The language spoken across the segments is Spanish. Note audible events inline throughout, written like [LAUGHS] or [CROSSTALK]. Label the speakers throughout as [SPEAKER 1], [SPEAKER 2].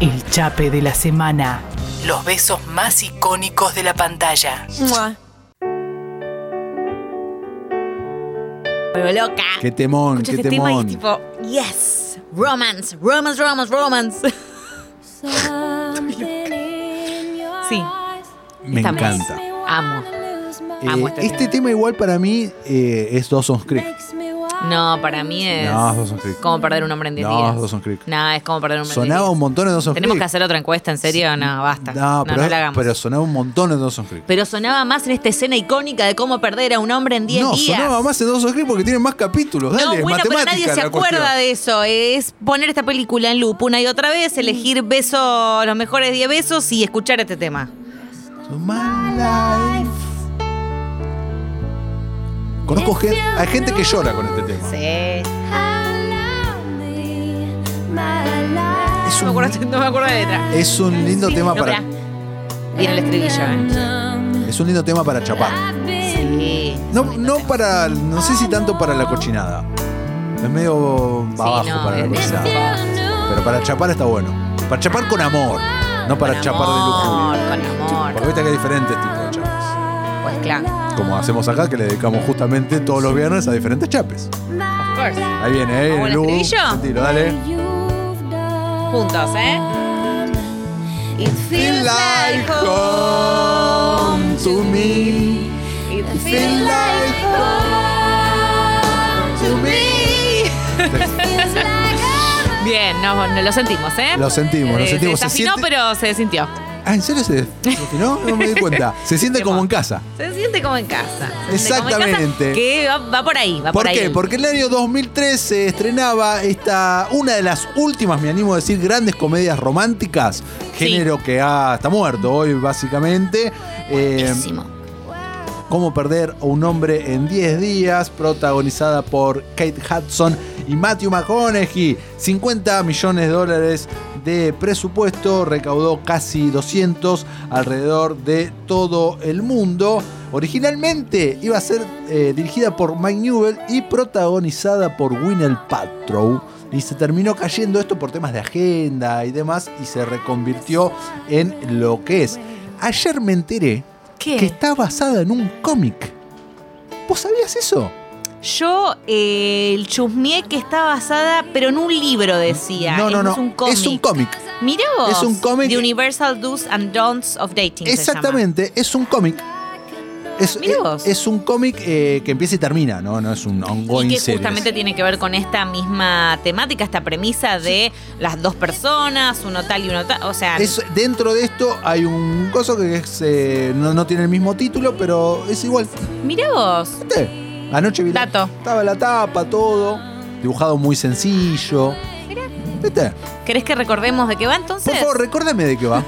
[SPEAKER 1] El chape de la semana. Los besos más icónicos de la pantalla.
[SPEAKER 2] Mua. Vuelvo loca.
[SPEAKER 3] Qué temón,
[SPEAKER 2] Escucho
[SPEAKER 3] qué
[SPEAKER 2] este tema y es
[SPEAKER 3] temón.
[SPEAKER 2] tipo, yes, romance, romance, romance, romance. [LAUGHS] Sí.
[SPEAKER 3] Me
[SPEAKER 2] Estamos.
[SPEAKER 3] encanta.
[SPEAKER 2] Amo.
[SPEAKER 3] Eh,
[SPEAKER 2] Amo este
[SPEAKER 3] este tema. igual para mí eh, es Dawson's Creek.
[SPEAKER 2] [LAUGHS] No, para mí es
[SPEAKER 3] No, Dawson's Creek.
[SPEAKER 2] como perder un hombre en 10
[SPEAKER 3] No,
[SPEAKER 2] días.
[SPEAKER 3] Dawson's Creek.
[SPEAKER 2] No, es como perder un hombre en 10
[SPEAKER 3] Sonaba
[SPEAKER 2] días.
[SPEAKER 3] un montón en Dawson's
[SPEAKER 2] Tenemos
[SPEAKER 3] Creek.
[SPEAKER 2] que hacer otra encuesta, ¿en serio? No, basta. No,
[SPEAKER 3] No,
[SPEAKER 2] no,
[SPEAKER 3] pero,
[SPEAKER 2] la hagamos.
[SPEAKER 3] pero sonaba un montón en Dawson's Creek.
[SPEAKER 2] Pero sonaba más en esta escena icónica de cómo perder a un hombre en 10
[SPEAKER 3] no,
[SPEAKER 2] días.
[SPEAKER 3] sonaba más en Dawson's Creek porque tiene más capítulos. Dale,
[SPEAKER 2] no,
[SPEAKER 3] es
[SPEAKER 2] bueno, pero
[SPEAKER 3] matemática
[SPEAKER 2] nadie se
[SPEAKER 3] la
[SPEAKER 2] acuerda
[SPEAKER 3] cuestión.
[SPEAKER 2] de eso. Es poner esta película en loop una y otra vez, elegir besos, los mejores 10 besos y escuchar este tema.
[SPEAKER 3] So my life. Conozco gente, hay gente que llora con este tema.
[SPEAKER 2] Sí.
[SPEAKER 3] Es
[SPEAKER 2] No me
[SPEAKER 3] un,
[SPEAKER 2] acuerdo, no me acuerdo de la letra.
[SPEAKER 3] es un lindo tema
[SPEAKER 2] No,
[SPEAKER 3] para
[SPEAKER 2] pará. Viene el estribillo, ¿eh?
[SPEAKER 3] es un lindo tema para chapar.
[SPEAKER 2] Sí.
[SPEAKER 3] No, no para no sé si tanto para la cochinada. Es medio abajo
[SPEAKER 2] no,
[SPEAKER 3] para la
[SPEAKER 2] es- es
[SPEAKER 3] cochinada. Pero para chapar está bueno. Para chapar con amor, no para
[SPEAKER 2] Con
[SPEAKER 3] chapar de
[SPEAKER 2] amor,
[SPEAKER 3] lujuria.
[SPEAKER 2] Con
[SPEAKER 3] Porque
[SPEAKER 2] amor.
[SPEAKER 3] viste que hay diferentes tipos de chapes.
[SPEAKER 2] Pues claro.
[SPEAKER 3] Como hacemos acá que le dedicamos justamente todos los viernes a diferentes chapes.
[SPEAKER 2] Of course.
[SPEAKER 3] Ahí viene, ahí viene
[SPEAKER 2] ¿Hago el
[SPEAKER 3] Lu.
[SPEAKER 2] estribillo?
[SPEAKER 3] Sentilo, dale.
[SPEAKER 2] Juntos, ¿eh? It
[SPEAKER 3] Feel like home to me.
[SPEAKER 2] [LAUGHS] It
[SPEAKER 3] feel like
[SPEAKER 2] home to me. Bien, no, no lo sentimos, ¿eh?
[SPEAKER 3] Lo sentimos, lo
[SPEAKER 2] Eh,
[SPEAKER 3] sentimos.
[SPEAKER 2] Se
[SPEAKER 3] Se
[SPEAKER 2] desafinó,
[SPEAKER 3] siente-
[SPEAKER 2] pero se sintió.
[SPEAKER 3] Ah, ¿en serio se desafinó? No me di cuenta. Se siente como en casa.
[SPEAKER 2] Se siente como en casa. Se siente como en casa,
[SPEAKER 3] Exactamente.
[SPEAKER 2] que va, va por ahí, va por,
[SPEAKER 3] ¿Por
[SPEAKER 2] ahí.
[SPEAKER 3] qué? Porque en el año 2003 se estrenaba esta, una de las últimas, me animo a decir, grandes comedias románticas. Género que ah, está muerto hoy, básicamente. Eh,
[SPEAKER 2] Buenísimo.
[SPEAKER 3] Cómo perder a un hombre en 10 días, protagonizada por Kate Hudson y Matthew McConaughey. 50 millones de dólares de presupuesto, recaudó casi 200 alrededor de todo el mundo. Originalmente iba a ser eh, dirigida por Mike Newell y protagonizada por Winel Paltrow. Y se terminó cayendo esto por temas de agenda y demás y se reconvirtió en lo que es. Ayer me enteré
[SPEAKER 2] ¿Qué?
[SPEAKER 3] que está basada en un cómic. ¿Vos sabías eso?
[SPEAKER 2] Yo eh, el chusmeé que está basada, pero en un libro decía.
[SPEAKER 3] no, no, no.
[SPEAKER 2] Es un cómic.
[SPEAKER 3] Es un cómic.
[SPEAKER 2] Mirá vos.
[SPEAKER 3] Es un cómic.
[SPEAKER 2] The Universal Do's and Don'ts of Dating. se
[SPEAKER 3] Exactamente, es un cómic. Es,
[SPEAKER 2] Ah, Mirá
[SPEAKER 3] es-
[SPEAKER 2] vos.
[SPEAKER 3] es un cómic eh, que empieza y termina, ¿no? No es un
[SPEAKER 2] llama.
[SPEAKER 3] ongoing
[SPEAKER 2] Y que
[SPEAKER 3] series.
[SPEAKER 2] justamente tiene que ver con esta misma temática, esta premisa de las dos personas, uno tal y uno tal. O sea,
[SPEAKER 3] Es- dentro de esto hay un coso que es, eh, no, no tiene el mismo título, pero es igual.
[SPEAKER 2] mirá vos.
[SPEAKER 3] ¿Viste? Anoche vi la-
[SPEAKER 2] Dato.
[SPEAKER 3] estaba la tapa, todo. Dibujado muy sencillo. ¿Viste?
[SPEAKER 2] ¿Querés que recordemos de qué va entonces?
[SPEAKER 3] Por favor, recuérdame de
[SPEAKER 2] [LAUGHS]
[SPEAKER 3] qué va.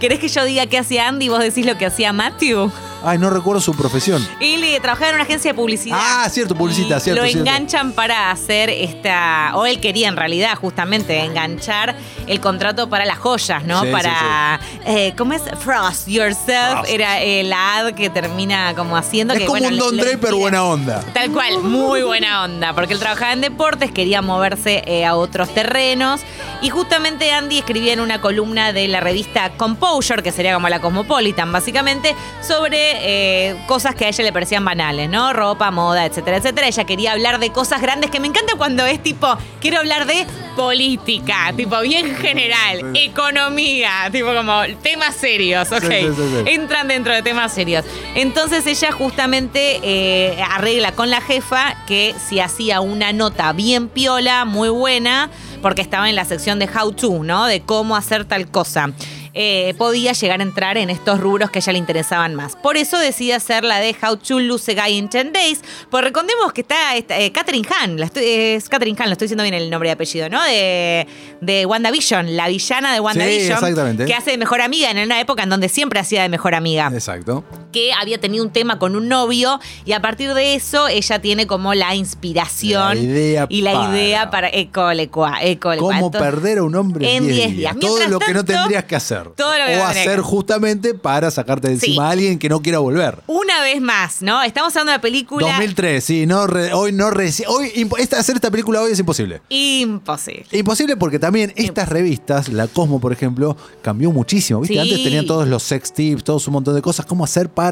[SPEAKER 2] ¿Querés que yo diga qué hacía Andy y vos decís lo que hacía Matthew?
[SPEAKER 3] Ay, no recuerdo su profesión.
[SPEAKER 2] Él eh, trabajaba en una agencia de publicidad.
[SPEAKER 3] Ah, cierto, publicita,
[SPEAKER 2] Y
[SPEAKER 3] cierto,
[SPEAKER 2] Lo
[SPEAKER 3] cierto.
[SPEAKER 2] enganchan para hacer esta. O él quería en realidad, justamente, enganchar el contrato para las joyas, ¿no?
[SPEAKER 3] Sí, sí,
[SPEAKER 2] para. eh, ¿Cómo es? Frost Yourself.
[SPEAKER 3] Frost.
[SPEAKER 2] Era eh, la ad que termina como haciendo.
[SPEAKER 3] Es
[SPEAKER 2] que,
[SPEAKER 3] como
[SPEAKER 2] bueno,
[SPEAKER 3] un
[SPEAKER 2] le-
[SPEAKER 3] Don
[SPEAKER 2] le-
[SPEAKER 3] Draper buena onda.
[SPEAKER 2] Tal cual, muy buena onda, porque él trabajaba en deportes, quería moverse eh, a otros terrenos y justamente Andy escribía en una columna de la revista Composure, que sería como la Cosmopolitan básicamente, sobre eh, cosas que a ella le parecían banales, ¿no? Ropa, moda, etcétera, etcétera. Ella quería hablar de cosas grandes que me encanta cuando es tipo, quiero hablar de política, tipo bien general,
[SPEAKER 3] Sí.
[SPEAKER 2] economía, tipo como temas serios, ok.
[SPEAKER 3] Sí, sí, sí, sí.
[SPEAKER 2] Entran dentro de temas serios. Entonces ella justamente eh, arregla con la jefa que si hacía una nota bien piola, muy buena, porque estaba en la sección de how to, ¿no? De cómo hacer tal cosa. eh, podía llegar a entrar en estos rubros que a ella le interesaban más. Por eso decide hacer la de How to Lose a Guy in 10 Days. Pues recordemos que está esta, eh, Catherine Hahn, la estoy- es Catherine Hahn, lo estoy diciendo bien el nombre y apellido, ¿no? De, de WandaVision, la villana de WandaVision.
[SPEAKER 3] exactamente.
[SPEAKER 2] Que hace de mejor amiga en una época en donde siempre hacía de mejor amiga.
[SPEAKER 3] Exacto.
[SPEAKER 2] que había tenido un tema con un novio y a partir de eso ella tiene como la inspiración
[SPEAKER 3] La idea
[SPEAKER 2] y la
[SPEAKER 3] para.
[SPEAKER 2] idea para école cua, école cua.
[SPEAKER 3] ¿Cómo
[SPEAKER 2] Entonces,
[SPEAKER 3] perder a un hombre
[SPEAKER 2] en
[SPEAKER 3] en
[SPEAKER 2] 10
[SPEAKER 3] 10
[SPEAKER 2] días.
[SPEAKER 3] días? Todo
[SPEAKER 2] Mientras
[SPEAKER 3] lo que no
[SPEAKER 2] tanto,
[SPEAKER 3] tendrías que hacer.
[SPEAKER 2] todo lo que
[SPEAKER 3] o
[SPEAKER 2] no tendría
[SPEAKER 3] hacer
[SPEAKER 2] que-
[SPEAKER 3] justamente para sacarte de
[SPEAKER 2] Sí.
[SPEAKER 3] encima a alguien que no quiera volver.
[SPEAKER 2] Una vez más, ¿no? Estamos hablando de la película
[SPEAKER 3] 2003, sí, no re- hoy no reci- hoy impo- esta- hacer esta película hoy es imposible.
[SPEAKER 2] imposible.
[SPEAKER 3] Imposible porque también estas revistas, la Cosmo por ejemplo, cambió muchísimo, ¿viste?
[SPEAKER 2] Sí.
[SPEAKER 3] Antes tenían todos los sex tips, todos un montón de cosas, cómo hacer para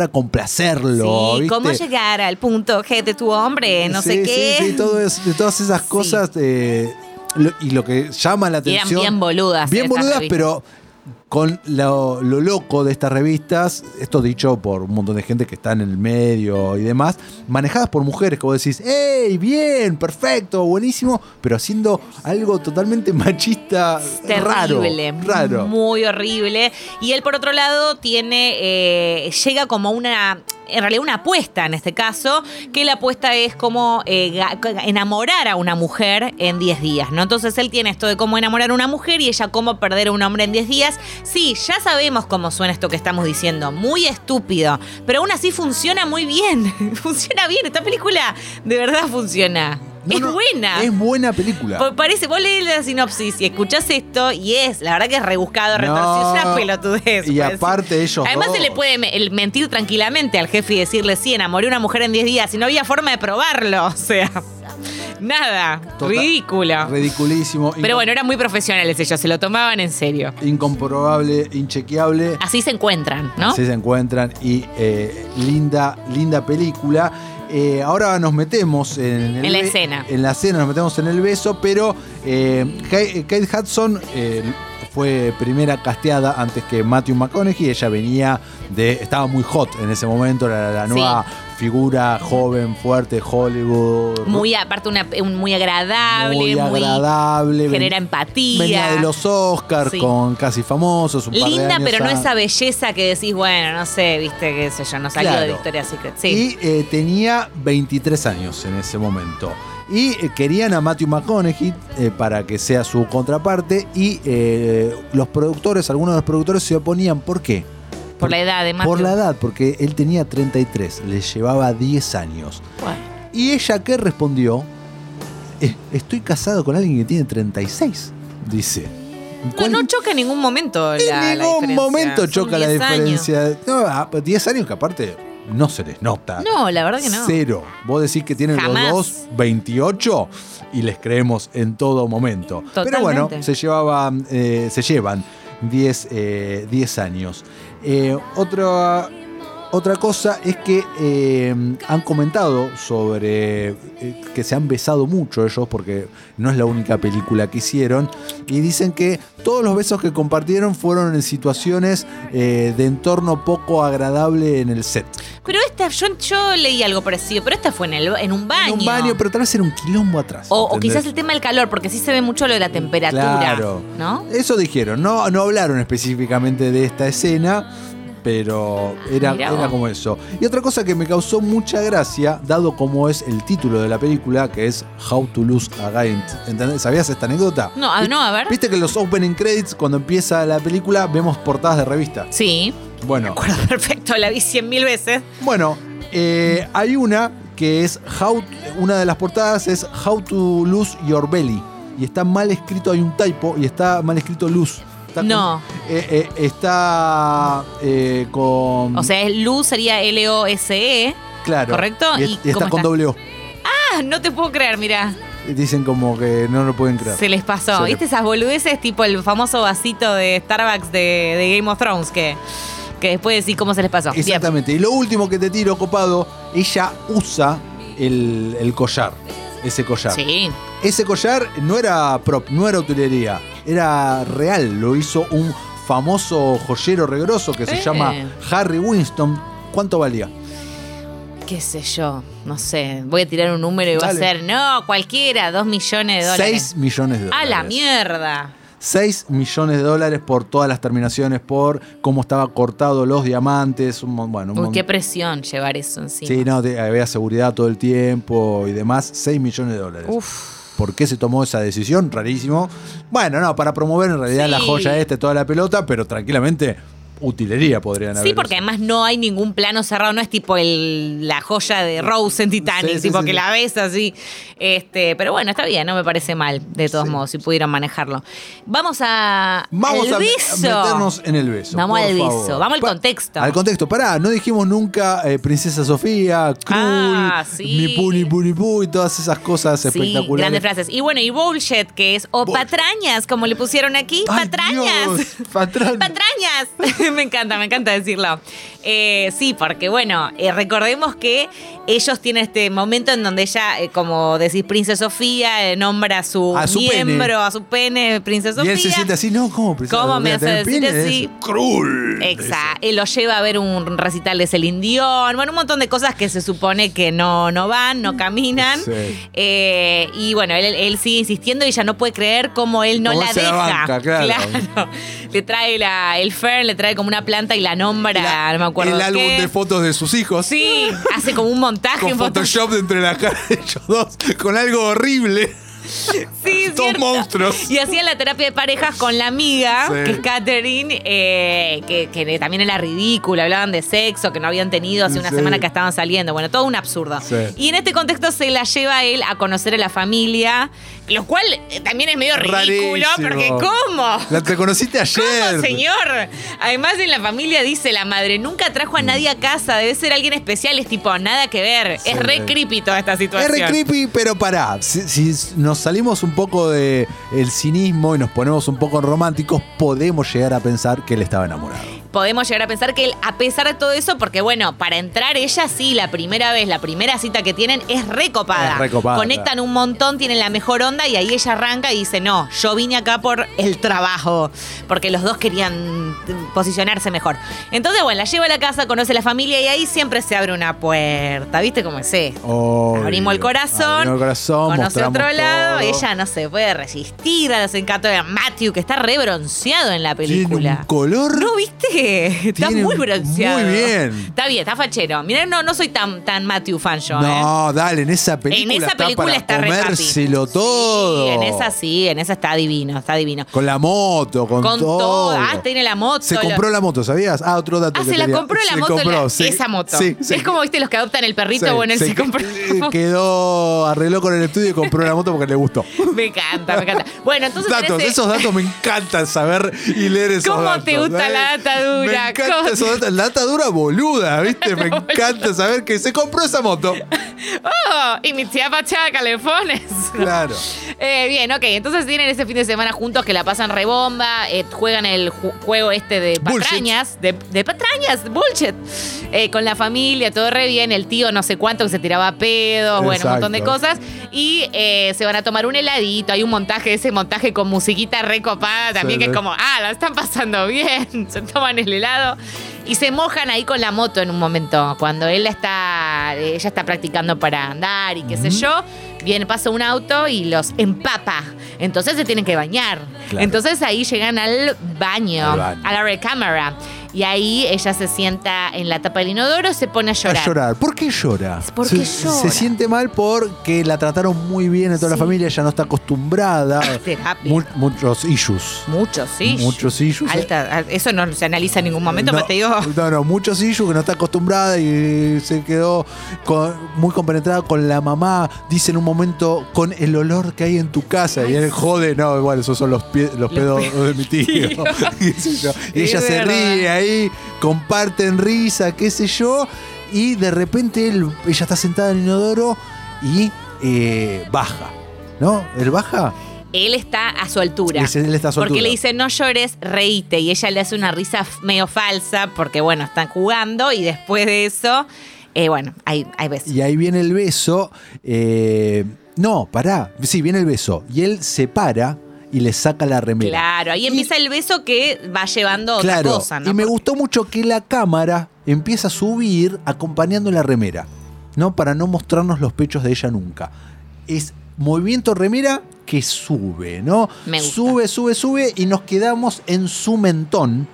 [SPEAKER 3] complacerlo,
[SPEAKER 2] Sí,
[SPEAKER 3] ¿viste?
[SPEAKER 2] cómo llegar al punto G de tu hombre, no sé
[SPEAKER 3] Sí,
[SPEAKER 2] qué.
[SPEAKER 3] Sí, sí, todo eso- de todas esas cosas. eh, lo- y lo que llama la
[SPEAKER 2] Y eran
[SPEAKER 3] atención.
[SPEAKER 2] bien boludas
[SPEAKER 3] Bien
[SPEAKER 2] esas
[SPEAKER 3] boludas,
[SPEAKER 2] revistas.
[SPEAKER 3] pero con lo, lo loco de estas revistas, esto dicho por un montón de gente que está en el medio y demás, manejadas por mujeres, como decís, ¡hey! Bien, perfecto, buenísimo, pero haciendo algo totalmente [LAUGHS] machista, raro.
[SPEAKER 2] terrible,
[SPEAKER 3] Raro.
[SPEAKER 2] muy horrible. Y él por otro lado tiene, eh, llega como una, en realidad una apuesta en este caso, que la apuesta es como eh, ga- enamorar a una mujer en 10 días, ¿no? Entonces él tiene esto de cómo enamorar a una mujer y ella cómo perder a un hombre en 10 días. Sí, ya sabemos cómo suena esto que estamos diciendo, muy estúpido, pero aún así funciona muy bien, [LAUGHS] funciona bien, esta película de verdad funciona.
[SPEAKER 3] No,
[SPEAKER 2] es
[SPEAKER 3] no,
[SPEAKER 2] buena.
[SPEAKER 3] Es buena película.
[SPEAKER 2] Pa- Parece, vos lees la sinopsis y escuchás esto y es, la verdad que es rebuscado,
[SPEAKER 3] No.
[SPEAKER 2] retorcido, es una pelotudez.
[SPEAKER 3] Y
[SPEAKER 2] pues.
[SPEAKER 3] aparte ellos
[SPEAKER 2] Además
[SPEAKER 3] dos.
[SPEAKER 2] se le puede me- el mentir tranquilamente al jefe y decirle, sí, enamoré a una mujer en 10 días y no había forma de probarlo, [LAUGHS] o sea, nada,
[SPEAKER 3] Total-
[SPEAKER 2] ridículo.
[SPEAKER 3] Ridiculísimo.
[SPEAKER 2] Pero bueno, eran muy profesionales ellos, se lo tomaban en serio.
[SPEAKER 3] Incomprobable, inchequeable.
[SPEAKER 2] Así se encuentran, ¿no?
[SPEAKER 3] Así se encuentran y eh, linda, linda película. Eh, ahora nos metemos en, el
[SPEAKER 2] En la
[SPEAKER 3] be-
[SPEAKER 2] escena.
[SPEAKER 3] En la escena nos metemos en el beso, pero eh, Kate Kate Hudson eh, fue primera casteada antes que Matthew McConaughey. Ella venía de. estaba muy hot en ese momento, era la,
[SPEAKER 2] Sí.
[SPEAKER 3] nueva figura joven, fuerte, Hollywood.
[SPEAKER 2] Muy aparte, una, un- muy agradable, muy,
[SPEAKER 3] muy agradable. ven-
[SPEAKER 2] genera empatía.
[SPEAKER 3] Venía de los Oscars
[SPEAKER 2] Sí.
[SPEAKER 3] con casi famosos. Un par de
[SPEAKER 2] Linda,
[SPEAKER 3] años
[SPEAKER 2] pero no
[SPEAKER 3] antes.
[SPEAKER 2] esa belleza que decís, bueno, no sé, viste, qué sé yo, no salió de
[SPEAKER 3] Claro.
[SPEAKER 2] Victoria's Secret. Sí.
[SPEAKER 3] Y eh, tenía 23 años en ese momento. Y eh, querían a Matthew McConaughey eh, para que sea su contraparte. Y eh, los productores, algunos de los productores se oponían. ¿Por qué?
[SPEAKER 2] Por la edad, además.
[SPEAKER 3] Por la edad, porque él tenía 33, le llevaba 10 años. ¿Y ella qué respondió? "Eh, Estoy casado con alguien que tiene 36, dice.
[SPEAKER 2] No,
[SPEAKER 3] ¿Cuál-
[SPEAKER 2] no choca en ningún momento. la- la
[SPEAKER 3] en ningún
[SPEAKER 2] diferencia.
[SPEAKER 3] momento
[SPEAKER 2] Son
[SPEAKER 3] choca la
[SPEAKER 2] 10 años.
[SPEAKER 3] diferencia. No, ah, pero 10 años que aparte no se les nota.
[SPEAKER 2] No, la verdad que no.
[SPEAKER 3] Cero. Vos decís que tienen
[SPEAKER 2] Jamás.
[SPEAKER 3] los dos 28 y les creemos en todo momento. Pero
[SPEAKER 2] Totalmente.
[SPEAKER 3] bueno, se llevaban, eh, se llevan 10 eh, 10 años. Eh, otra, otra cosa es que eh, han comentado sobre eh, que se han besado mucho ellos porque no es la única película que hicieron y dicen que todos los besos que compartieron fueron en situaciones eh, de entorno poco agradable en el set.
[SPEAKER 2] Pero esta, yo, yo leí algo parecido, pero esta fue en, el, en un baño.
[SPEAKER 3] En un baño, pero tal vez era un quilombo atrás.
[SPEAKER 2] o, o
[SPEAKER 3] ¿entendés?
[SPEAKER 2] quizás el tema del calor, porque sí se ve mucho lo de la temperatura.
[SPEAKER 3] Claro.
[SPEAKER 2] ¿No?
[SPEAKER 3] Eso dijeron, no, no hablaron específicamente de esta escena, pero era,
[SPEAKER 2] Mirá vos.
[SPEAKER 3] era como eso. Y otra cosa que me causó mucha gracia, dado como es el título de la película, que es How to Lose a Guy. ¿Entendés? ¿Sabías esta anécdota?
[SPEAKER 2] No, ah, no, a ver.
[SPEAKER 3] Viste que en los opening credits, cuando empieza la película, vemos portadas de revista. [LAUGHS]
[SPEAKER 2] Sí.
[SPEAKER 3] Bueno,
[SPEAKER 2] Acuerdo perfecto, la vi cien mil veces.
[SPEAKER 3] Bueno, eh, hay una que es how, una de las portadas es How to Lose Your Belly. Y está mal escrito, hay un typo y está mal escrito luz. Está con-
[SPEAKER 2] No.
[SPEAKER 3] eh, eh, está eh, con.
[SPEAKER 2] O sea, es luz sería L-O-S-E.
[SPEAKER 3] claro.
[SPEAKER 2] ¿correcto?
[SPEAKER 3] Y,
[SPEAKER 2] ¿Y
[SPEAKER 3] y está
[SPEAKER 2] cómo
[SPEAKER 3] con
[SPEAKER 2] está?
[SPEAKER 3] doble O.
[SPEAKER 2] E. Ah, no te puedo creer, mira.
[SPEAKER 3] Dicen como que no lo pueden creer.
[SPEAKER 2] Se les pasó.
[SPEAKER 3] Se les-
[SPEAKER 2] ¿Viste esas boludeces? Tipo el famoso vasito de Starbucks de, de Game of Thrones que, que después decís cómo se les pasó. Bien.
[SPEAKER 3] Exactamente. Y lo último que te tiro, copado, ella usa el, el collar. Ese collar.
[SPEAKER 2] Sí.
[SPEAKER 3] Ese collar no era prop, no era utilería, era real. Lo hizo un famoso joyero regroso que se
[SPEAKER 2] Eh.
[SPEAKER 3] llama Harry Winston. ¿Cuánto valía?
[SPEAKER 2] qué sé yo, no sé, voy a tirar un número y va a
[SPEAKER 3] Dale.
[SPEAKER 2] ser, no, cualquiera, dos millones de Eh, dólares.
[SPEAKER 3] 6 millones de
[SPEAKER 2] A
[SPEAKER 3] dólares.
[SPEAKER 2] la mierda.
[SPEAKER 3] 6 millones de dólares por todas las terminaciones, por cómo estaba cortado los diamantes. un mon- bueno, un
[SPEAKER 2] Uy,
[SPEAKER 3] mon-
[SPEAKER 2] qué presión llevar eso encima.
[SPEAKER 3] Sí, no, te- había seguridad todo el tiempo y demás. 6 millones de dólares.
[SPEAKER 2] Uf,
[SPEAKER 3] ¿Por qué se tomó esa decisión? Rarísimo. Bueno, no, para promover en realidad
[SPEAKER 2] Sí.
[SPEAKER 3] la joya esta, y toda la pelota, pero tranquilamente utilería podrían haber.
[SPEAKER 2] Sí, porque
[SPEAKER 3] usado.
[SPEAKER 2] además no hay ningún plano cerrado, no es tipo el, la joya de Rose en Titanic,
[SPEAKER 3] Sí, sí,
[SPEAKER 2] tipo
[SPEAKER 3] sí,
[SPEAKER 2] que
[SPEAKER 3] sí.
[SPEAKER 2] la ves así. Este, pero bueno, está bien, no me parece mal, de todos
[SPEAKER 3] Sí.
[SPEAKER 2] modos, si pudieron manejarlo. Vamos a
[SPEAKER 3] Vamos
[SPEAKER 2] al
[SPEAKER 3] a me-
[SPEAKER 2] beso.
[SPEAKER 3] meternos en el beso.
[SPEAKER 2] Vamos
[SPEAKER 3] por
[SPEAKER 2] al beso,
[SPEAKER 3] favor.
[SPEAKER 2] vamos al
[SPEAKER 3] Pa-
[SPEAKER 2] contexto.
[SPEAKER 3] Al contexto, pará, no dijimos nunca eh, Princesa Sofía, Krull,
[SPEAKER 2] Ah, sí.
[SPEAKER 3] Mi Puni Puni Pu y todas esas cosas
[SPEAKER 2] Sí, grandes
[SPEAKER 3] espectaculares.
[SPEAKER 2] frases. Y bueno, y bullshit, que es, o
[SPEAKER 3] Bull-
[SPEAKER 2] patrañas, como le pusieron aquí,
[SPEAKER 3] Ay,
[SPEAKER 2] patrañas. [LAUGHS]
[SPEAKER 3] Dios, patrañas.
[SPEAKER 2] Patrañas. [LAUGHS] me encanta, me encanta decirlo. Eh, sí, porque bueno, eh, recordemos que ellos tienen este momento en donde ella, eh, como decís, Princesa Sofía, eh, nombra a su,
[SPEAKER 3] A su
[SPEAKER 2] miembro,
[SPEAKER 3] pene.
[SPEAKER 2] a su pene, Princesa
[SPEAKER 3] Y
[SPEAKER 2] Sofía.
[SPEAKER 3] él se siente así, no, ¿cómo Princesa
[SPEAKER 2] ¿Cómo me
[SPEAKER 3] Sofía?
[SPEAKER 2] hace
[SPEAKER 3] ¿Tener
[SPEAKER 2] decir
[SPEAKER 3] pene?
[SPEAKER 2] así?
[SPEAKER 3] Es Krull.
[SPEAKER 2] Exacto. Él lo lleva a ver un recital de Celine Dion. Bueno, un montón de cosas que se supone que no, no van, no caminan.
[SPEAKER 3] Sí.
[SPEAKER 2] Eh, y bueno, él, él sigue insistiendo y ella no puede creer cómo él no
[SPEAKER 3] Cómo
[SPEAKER 2] la
[SPEAKER 3] él se la
[SPEAKER 2] deja.
[SPEAKER 3] banca, claro.
[SPEAKER 2] Claro. Le trae la, el fern, le trae como una planta y la nombra,
[SPEAKER 3] La-
[SPEAKER 2] no me acuerdo.
[SPEAKER 3] El álbum
[SPEAKER 2] qué.
[SPEAKER 3] de fotos de sus hijos.
[SPEAKER 2] Sí, hace como un montaje
[SPEAKER 3] Con
[SPEAKER 2] en Photoshop.
[SPEAKER 3] Photoshop de entre la cara de ellos dos, con algo horrible.
[SPEAKER 2] Sí, es
[SPEAKER 3] Dos
[SPEAKER 2] cierto.
[SPEAKER 3] monstruos.
[SPEAKER 2] Y hacía la terapia de parejas con la amiga,
[SPEAKER 3] Sí.
[SPEAKER 2] que es Katherine, eh, que, que también era ridícula, hablaban de sexo, que no habían tenido hace una
[SPEAKER 3] Sí.
[SPEAKER 2] semana que estaban saliendo. Bueno, todo un absurdo.
[SPEAKER 3] Sí.
[SPEAKER 2] Y en este contexto se la lleva él a conocer a la familia, lo cual eh, también es medio ridículo,
[SPEAKER 3] Rarísimo.
[SPEAKER 2] porque ¿cómo?
[SPEAKER 3] La te conociste ayer.
[SPEAKER 2] ¿Cómo, señor? Además, en la familia dice la madre, nunca trajo a nadie a casa, debe ser alguien especial, es tipo, nada que ver.
[SPEAKER 3] Sí.
[SPEAKER 2] Es re creepy toda esta
[SPEAKER 3] Es
[SPEAKER 2] situación.
[SPEAKER 3] re creepy, pero pará. Si, si nos salimos un poco de el cinismo y nos ponemos un poco románticos, podemos llegar a pensar que él estaba enamorado.
[SPEAKER 2] podemos llegar a pensar que él, a pesar de todo eso, porque bueno, para entrar ella sí, la primera vez, la primera cita que tienen es recopada.
[SPEAKER 3] Es recopada,
[SPEAKER 2] Conectan
[SPEAKER 3] claro.
[SPEAKER 2] un montón, tienen la mejor onda y ahí ella arranca y dice, no, yo vine acá por el trabajo, porque los dos querían posicionarse mejor. Entonces, bueno, la lleva a la casa, conoce a la familia y ahí siempre se abre una puerta, ¿viste cómo es esto?
[SPEAKER 3] Obvio.
[SPEAKER 2] Abrimos el corazón.
[SPEAKER 3] Abrimos el corazón,
[SPEAKER 2] Conoce
[SPEAKER 3] mostramos
[SPEAKER 2] otro lado.
[SPEAKER 3] todo.
[SPEAKER 2] Ella no se puede resistir a los encantos de Matthew, que está re bronceado en la
[SPEAKER 3] Tiene
[SPEAKER 2] película.
[SPEAKER 3] un color.
[SPEAKER 2] ¿No viste? Está
[SPEAKER 3] Tiene
[SPEAKER 2] muy
[SPEAKER 3] un-
[SPEAKER 2] bronceado.
[SPEAKER 3] muy bien.
[SPEAKER 2] Está bien, está fachero. Mirá, no, no soy tan, tan Matthew fan yo, ¿eh?
[SPEAKER 3] No, dale, en esa película,
[SPEAKER 2] en esa
[SPEAKER 3] está
[SPEAKER 2] película
[SPEAKER 3] para
[SPEAKER 2] está re papi.
[SPEAKER 3] comérselo todo.
[SPEAKER 2] Sí, en esa sí, en esa está divino, está divino.
[SPEAKER 3] Con la moto, con,
[SPEAKER 2] Con todo. Ah, tiene la moto.
[SPEAKER 3] Se
[SPEAKER 2] lo-
[SPEAKER 3] compró la moto, ¿sabías? Ah, otro dato.
[SPEAKER 2] Ah,
[SPEAKER 3] que
[SPEAKER 2] se la
[SPEAKER 3] quería.
[SPEAKER 2] compró la
[SPEAKER 3] Se
[SPEAKER 2] moto,
[SPEAKER 3] compró,
[SPEAKER 2] la-
[SPEAKER 3] sí.
[SPEAKER 2] esa moto.
[SPEAKER 3] Sí, sí.
[SPEAKER 2] Es como, viste, los que adoptan el perrito,
[SPEAKER 3] Sí,
[SPEAKER 2] bueno, él se,
[SPEAKER 3] [LAUGHS]
[SPEAKER 2] compró la moto.
[SPEAKER 3] Quedó, arregló con el estudio y compró la moto porque le gustó.
[SPEAKER 2] Me encanta, me encanta. Bueno, entonces en
[SPEAKER 3] datos,
[SPEAKER 2] ese-
[SPEAKER 3] esos datos me encantan saber y leer esos
[SPEAKER 2] ¿Cómo
[SPEAKER 3] datos.
[SPEAKER 2] te gusta
[SPEAKER 3] ¿eh?
[SPEAKER 2] la data
[SPEAKER 3] Me
[SPEAKER 2] dura? ¿Cómo
[SPEAKER 3] encanta
[SPEAKER 2] te-
[SPEAKER 3] esos datos. La data dura boluda, ¿viste?
[SPEAKER 2] [LAUGHS]
[SPEAKER 3] Me encanta saber que se compró esa moto.
[SPEAKER 2] Oh, y mi tía Pachá, Calefones.
[SPEAKER 3] Claro.
[SPEAKER 2] Eh, bien, ok. Entonces tienen ese fin de semana juntos que la pasan rebomba, eh, juegan el ju- juego este de
[SPEAKER 3] Bullshit.
[SPEAKER 2] patrañas, de, de patrañas, bullshit, eh, con la familia, todo re bien, el tío no sé cuánto que se tiraba pedo, bueno, un montón de
[SPEAKER 3] Exacto.
[SPEAKER 2] cosas. Y eh, se van a tomar un heladito, hay un montaje, ese montaje con musiquita recopada también, que
[SPEAKER 3] Sí,
[SPEAKER 2] es
[SPEAKER 3] sí.
[SPEAKER 2] como, ah, la están pasando bien, [LAUGHS] se toman el helado. Y se mojan ahí con la moto en un momento, cuando él está, eh, ella está practicando para andar y qué sé yo, viene, pasa un auto y los empapa. Entonces se tienen que bañar.
[SPEAKER 3] Claro.
[SPEAKER 2] Entonces ahí llegan al baño,
[SPEAKER 3] Al baño.
[SPEAKER 2] a la recámara. Y ahí ella se sienta en la tapa del inodoro, se pone a llorar.
[SPEAKER 3] A llorar. ¿Por qué llora?
[SPEAKER 2] ¿Por
[SPEAKER 3] se,
[SPEAKER 2] qué llora?
[SPEAKER 3] se siente mal porque la trataron muy bien a toda la
[SPEAKER 2] Sí.
[SPEAKER 3] familia, ella no está acostumbrada.
[SPEAKER 2] Terapia.
[SPEAKER 3] Mu- muchos issues.
[SPEAKER 2] Muchos, Este, ah, sí.
[SPEAKER 3] Muchos issues.
[SPEAKER 2] Alta, al- eso no se analiza en ningún momento,
[SPEAKER 3] no,
[SPEAKER 2] pero te digo.
[SPEAKER 3] No, no, muchos issues que no está acostumbrada y se quedó con- muy compenetrada con la mamá. Dice en un momento, con el olor que hay en tu casa. y él jode, no, igual, esos son los, pie- los pedos de mi
[SPEAKER 2] [LAUGHS]
[SPEAKER 3] tío.
[SPEAKER 2] tío.
[SPEAKER 3] [LAUGHS] Qué sé yo. y
[SPEAKER 2] Es
[SPEAKER 3] ella se
[SPEAKER 2] verdad.
[SPEAKER 3] ríe ahí, comparten risa, qué sé yo. Y de repente él- ella está sentada en el inodoro y eh, baja. ¿No? ¿Él baja?
[SPEAKER 2] Él está a su altura.
[SPEAKER 3] Ese- él está a su
[SPEAKER 2] porque
[SPEAKER 3] altura.
[SPEAKER 2] le dice, no llores, reíte. Y ella le hace una risa f- medio falsa, porque bueno, están jugando y después de eso, eh, bueno, hay, hay veces.
[SPEAKER 3] Y ahí viene el beso. eh, no, pará. Sí, viene el beso. Y él se para y le saca la remera.
[SPEAKER 2] Claro, ahí empieza el beso que va llevando a
[SPEAKER 3] Claro,
[SPEAKER 2] otra cosa, ¿no?
[SPEAKER 3] y me gustó mucho que la cámara empieza a subir acompañando la remera, ¿no? Para no mostrarnos los pechos de ella nunca. Es movimiento remera que sube, ¿no?
[SPEAKER 2] Me gusta.
[SPEAKER 3] Sube, sube, sube y nos quedamos en su mentón.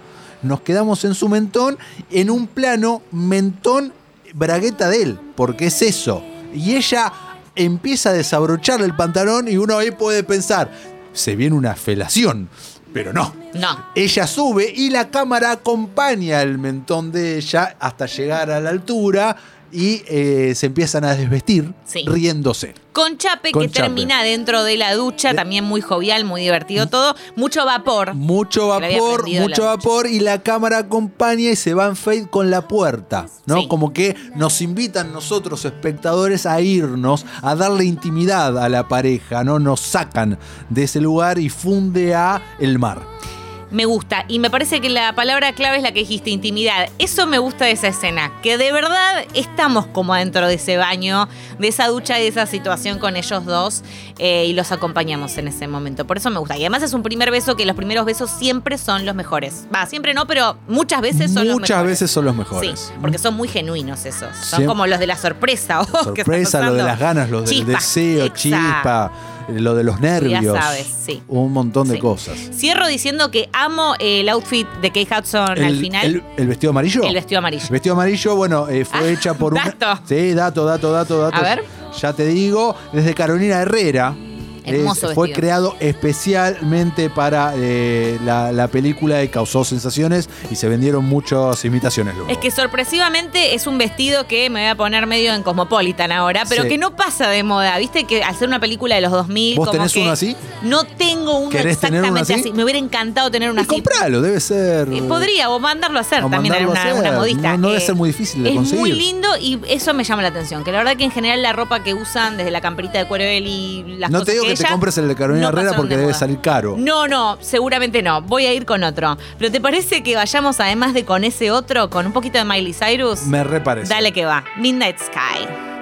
[SPEAKER 3] Nos quedamos en su mentón en un plano mentón bragueta de él, porque es eso. Y ella empieza a desabrochar el pantalón y uno ahí puede pensar, se viene una felación. Pero no.
[SPEAKER 2] No.
[SPEAKER 3] Ella sube y la cámara acompaña el mentón de ella hasta llegar a la altura y eh, se empiezan a desvestir
[SPEAKER 2] Sí.
[SPEAKER 3] riéndose.
[SPEAKER 2] Con Chape,
[SPEAKER 3] Con
[SPEAKER 2] que
[SPEAKER 3] Chape.
[SPEAKER 2] termina dentro de la ducha, también muy jovial, muy divertido todo. Mucho vapor.
[SPEAKER 3] Mucho
[SPEAKER 2] Que Ah, le había
[SPEAKER 3] vapor,
[SPEAKER 2] prendido
[SPEAKER 3] mucho
[SPEAKER 2] la
[SPEAKER 3] vapor y la cámara acompaña y se van fade con la puerta, ¿no?
[SPEAKER 2] Sí.
[SPEAKER 3] Como que nos invitan nosotros espectadores a irnos, a darle intimidad a la pareja, ¿no? Nos sacan de ese lugar y funde a el mar.
[SPEAKER 2] Me gusta. Y me parece que la palabra clave es la que dijiste, intimidad. Eso me gusta de esa escena. Que de verdad estamos como adentro de ese baño, de esa ducha y de esa situación con ellos dos. eh, y los acompañamos en ese momento. Por eso me gusta. Y además es un primer beso que los primeros besos siempre son los mejores. Va, siempre no, pero muchas veces son los
[SPEAKER 3] Muchas
[SPEAKER 2] mejores.
[SPEAKER 3] veces son los mejores.
[SPEAKER 2] Sí, porque son muy genuinos esos. Son
[SPEAKER 3] Siempre-
[SPEAKER 2] como los de la sorpresa. [LAUGHS] oh, que está
[SPEAKER 3] Sorpresa, lo de
[SPEAKER 2] pasando.
[SPEAKER 3] las ganas, lo del
[SPEAKER 2] Chispa,
[SPEAKER 3] deseo,
[SPEAKER 2] exacto.
[SPEAKER 3] chispa, eh, lo de los nervios.
[SPEAKER 2] sabes, sí.
[SPEAKER 3] Un montón de
[SPEAKER 2] Sí.
[SPEAKER 3] cosas.
[SPEAKER 2] Cierro diciendo que amo eh, el outfit de Kate Hudson al final.
[SPEAKER 3] el- el vestido amarillo?
[SPEAKER 2] El vestido amarillo.
[SPEAKER 3] El vestido amarillo, bueno, eh, fue
[SPEAKER 2] Ah,
[SPEAKER 3] hecha por un.
[SPEAKER 2] dato.
[SPEAKER 3] Sí, dato, dato, dato, dato.
[SPEAKER 2] A ver.
[SPEAKER 3] Ya te digo, desde Carolina Herrera.
[SPEAKER 2] Hermoso
[SPEAKER 3] fue
[SPEAKER 2] vestido.
[SPEAKER 3] creado especialmente para eh, la, la película y causó sensaciones y se vendieron muchas imitaciones luego.
[SPEAKER 2] Es que sorpresivamente es un vestido que me voy a poner medio en Cosmopolitan ahora, pero
[SPEAKER 3] Sí.
[SPEAKER 2] que no pasa de moda. Viste que al ser una película de los 2000.
[SPEAKER 3] ¿Vos
[SPEAKER 2] como
[SPEAKER 3] tenés
[SPEAKER 2] que
[SPEAKER 3] uno así?
[SPEAKER 2] No tengo uno
[SPEAKER 3] ¿Querés tener
[SPEAKER 2] exactamente
[SPEAKER 3] uno
[SPEAKER 2] así?
[SPEAKER 3] así?
[SPEAKER 2] Me hubiera encantado tener uno
[SPEAKER 3] Y
[SPEAKER 2] así.
[SPEAKER 3] compralo, debe ser.
[SPEAKER 2] Eh, Podría, o mandarlo a hacer
[SPEAKER 3] o
[SPEAKER 2] también en
[SPEAKER 3] mandarlo
[SPEAKER 2] una,
[SPEAKER 3] a hacer.
[SPEAKER 2] una modista.
[SPEAKER 3] No, no debe
[SPEAKER 2] Eh,
[SPEAKER 3] ser muy difícil de
[SPEAKER 2] es
[SPEAKER 3] conseguir.
[SPEAKER 2] muy lindo y eso me llama la atención. Que la verdad que en general la ropa que usan, desde la camperita de cuerel y las
[SPEAKER 3] no
[SPEAKER 2] cosas
[SPEAKER 3] te digo que, te
[SPEAKER 2] ella,
[SPEAKER 3] compres el de Carolina
[SPEAKER 2] no
[SPEAKER 3] Herrera
[SPEAKER 2] pasaron
[SPEAKER 3] porque
[SPEAKER 2] de
[SPEAKER 3] debe
[SPEAKER 2] moda.
[SPEAKER 3] salir caro.
[SPEAKER 2] No, no, seguramente no. Voy a ir con otro. Pero ¿te parece que vayamos además de con ese otro, con un poquito de Miley Cyrus?
[SPEAKER 3] Me reparece.
[SPEAKER 2] Dale que va. Midnight Sky.